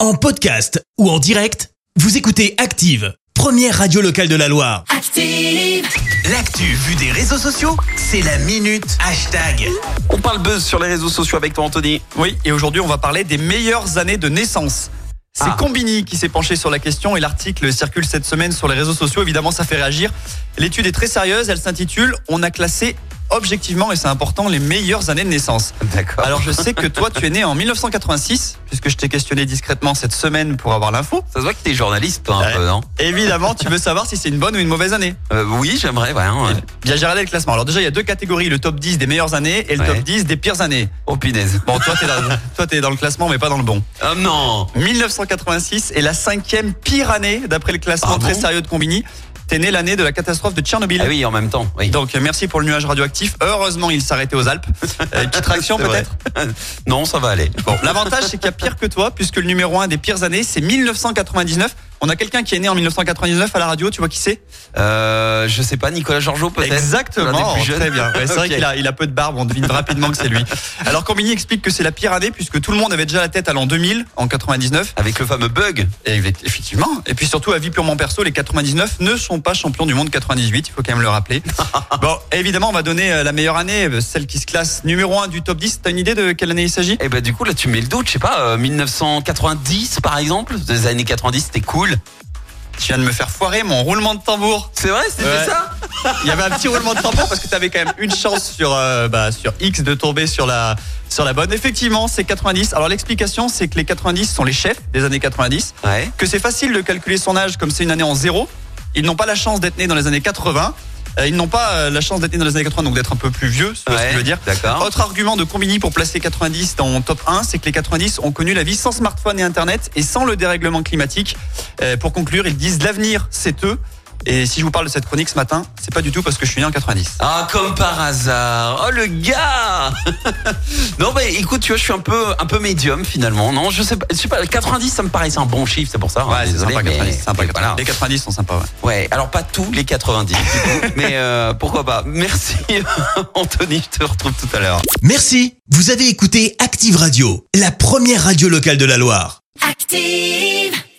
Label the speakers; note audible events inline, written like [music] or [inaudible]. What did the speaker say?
Speaker 1: En podcast ou en direct, vous écoutez Active, première radio locale de la Loire.
Speaker 2: Active.
Speaker 1: L'actu vue des réseaux sociaux, c'est la minute hashtag.
Speaker 3: On parle buzz sur les réseaux sociaux avec toi, Anthony.
Speaker 4: Oui, et aujourd'hui, on va parler des meilleures années de naissance. C'est
Speaker 3: Ah.
Speaker 4: Combini qui s'est penché sur la question et l'article circule cette semaine sur les réseaux sociaux. Évidemment, ça fait réagir. L'étude est très sérieuse. Elle s'intitule On a classé objectivement, et c'est important, les meilleures années de naissance.
Speaker 3: D'accord.
Speaker 4: Alors, je sais que toi, tu es né en 1986, puisque je t'ai questionné discrètement cette semaine pour avoir l'info.
Speaker 3: Ça se voit que t'es journaliste, toi, un
Speaker 4: Ouais.
Speaker 3: peu, non
Speaker 4: Évidemment, tu veux savoir si c'est une bonne ou une mauvaise année.
Speaker 3: [laughs] Euh, Oui, j'aimerais, ouais, hein, ouais.
Speaker 4: Bien, j'ai regardé le classement. Alors, déjà, il y a deux catégories le top 10 des meilleures années et le
Speaker 3: Ouais.
Speaker 4: top 10 des pires années.
Speaker 3: Oh, punaise.
Speaker 4: Bon, toi, t'es
Speaker 3: [laughs]
Speaker 4: dans- toi, t'es dans le classement, mais pas dans le bon.
Speaker 3: Oh non
Speaker 4: 1986 est la cinquième pire année d'après le classement
Speaker 3: Ah bon
Speaker 4: très sérieux de Combini. T'es né l'année de la catastrophe de Tchernobyl.
Speaker 3: Ah oui, en même temps, oui.
Speaker 4: Donc euh, merci pour le nuage radioactif. Heureusement, il s'arrêtait aux Alpes. Euh, petite
Speaker 3: [laughs]
Speaker 4: traction
Speaker 3: C'est vrai.
Speaker 4: peut-être.
Speaker 3: Non, ça va aller.
Speaker 4: Bon, l'avantage c'est qu'il y a pire que toi puisque le numéro un des pires années c'est 1999. On a quelqu'un qui est né en 1999 à la radio. Tu vois qui c'est
Speaker 3: Euh, je sais pas, Nicolas Georgeot, peut-être
Speaker 4: Exactement. Oh,
Speaker 3: L'un des plus jeunes.
Speaker 4: Très
Speaker 3: [laughs]
Speaker 4: bien. Ouais, c'est [laughs] vrai
Speaker 3: Ok.
Speaker 4: qu'il a, il a peu de barbe. On devine rapidement que c'est lui. Alors Combini explique que c'est la pire année puisque tout le monde avait déjà la tête à l'an 2000 en 99.
Speaker 3: Avec le fameux bug.
Speaker 4: Et eff- effectivement. Et puis surtout, à vie purement perso, les 99 ne sont pas champions du monde 98. Il faut quand même le [laughs] rappeler. bon, évidemment, on va donner euh, la meilleure année, euh, celle qui se classe numéro 1 du top 10. T'as une idée de quelle année il s'agit
Speaker 3: Et bah, du coup, là, tu mets le doute, je sais pas, euh, 1990, par exemple. Des années 90, c'était cool.
Speaker 4: Tu viens de me faire foirer mon roulement de tambour.
Speaker 3: C'est vrai, c'était
Speaker 4: Ouais.
Speaker 3: ça
Speaker 4: Il y avait un petit roulement de tambour parce que t'avais quand même une chance sur, euh, bah, sur X de tomber sur la, sur la bonne. Effectivement, c'est 90. Alors l'explication, c'est que les 90 sont les chefs des années 90.
Speaker 3: Ouais.
Speaker 4: que c'est facile de calculer son âge comme c'est une année en zéro. Ils n'ont pas la chance d'être nés dans les années 80. Euh, Ils n'ont pas euh, la chance d'être nés dans les années 80, donc d'être un peu plus vieux, c'est ce que je veux dire. Oh.
Speaker 3: D'accord.
Speaker 4: Autre argument de Combini pour placer 90 dans top 1, c'est que les 90 ont connu la vie sans smartphone et Internet et sans le dérèglement climatique. Euh, pour conclure, ils disent l'avenir, c'est eux. Et si je vous parle de cette chronique ce matin, c'est pas du tout parce que je suis né en 90.
Speaker 3: Ah, comme par hasard. Oh, le gars [laughs] Non, mais écoute, tu vois, je suis un peu, un peu médium finalement. Non, je sais pas. Je sais pas 90, ça me paraissait un bon chiffre, c'est pour ça. hein,
Speaker 4: Ouais, c'est
Speaker 3: désolé,
Speaker 4: sympa,
Speaker 3: mais
Speaker 4: 90, c'est sympa, 90.
Speaker 3: voilà.
Speaker 4: Les 90 sont sympas, ouais.
Speaker 3: Ouais, alors pas tous les 90, du coup, [laughs] mais euh, pourquoi pas. Merci, [laughs] Anthony, je te retrouve tout à l'heure.
Speaker 1: Merci, vous avez écouté Active Radio, la première radio locale de la Loire.
Speaker 2: Active.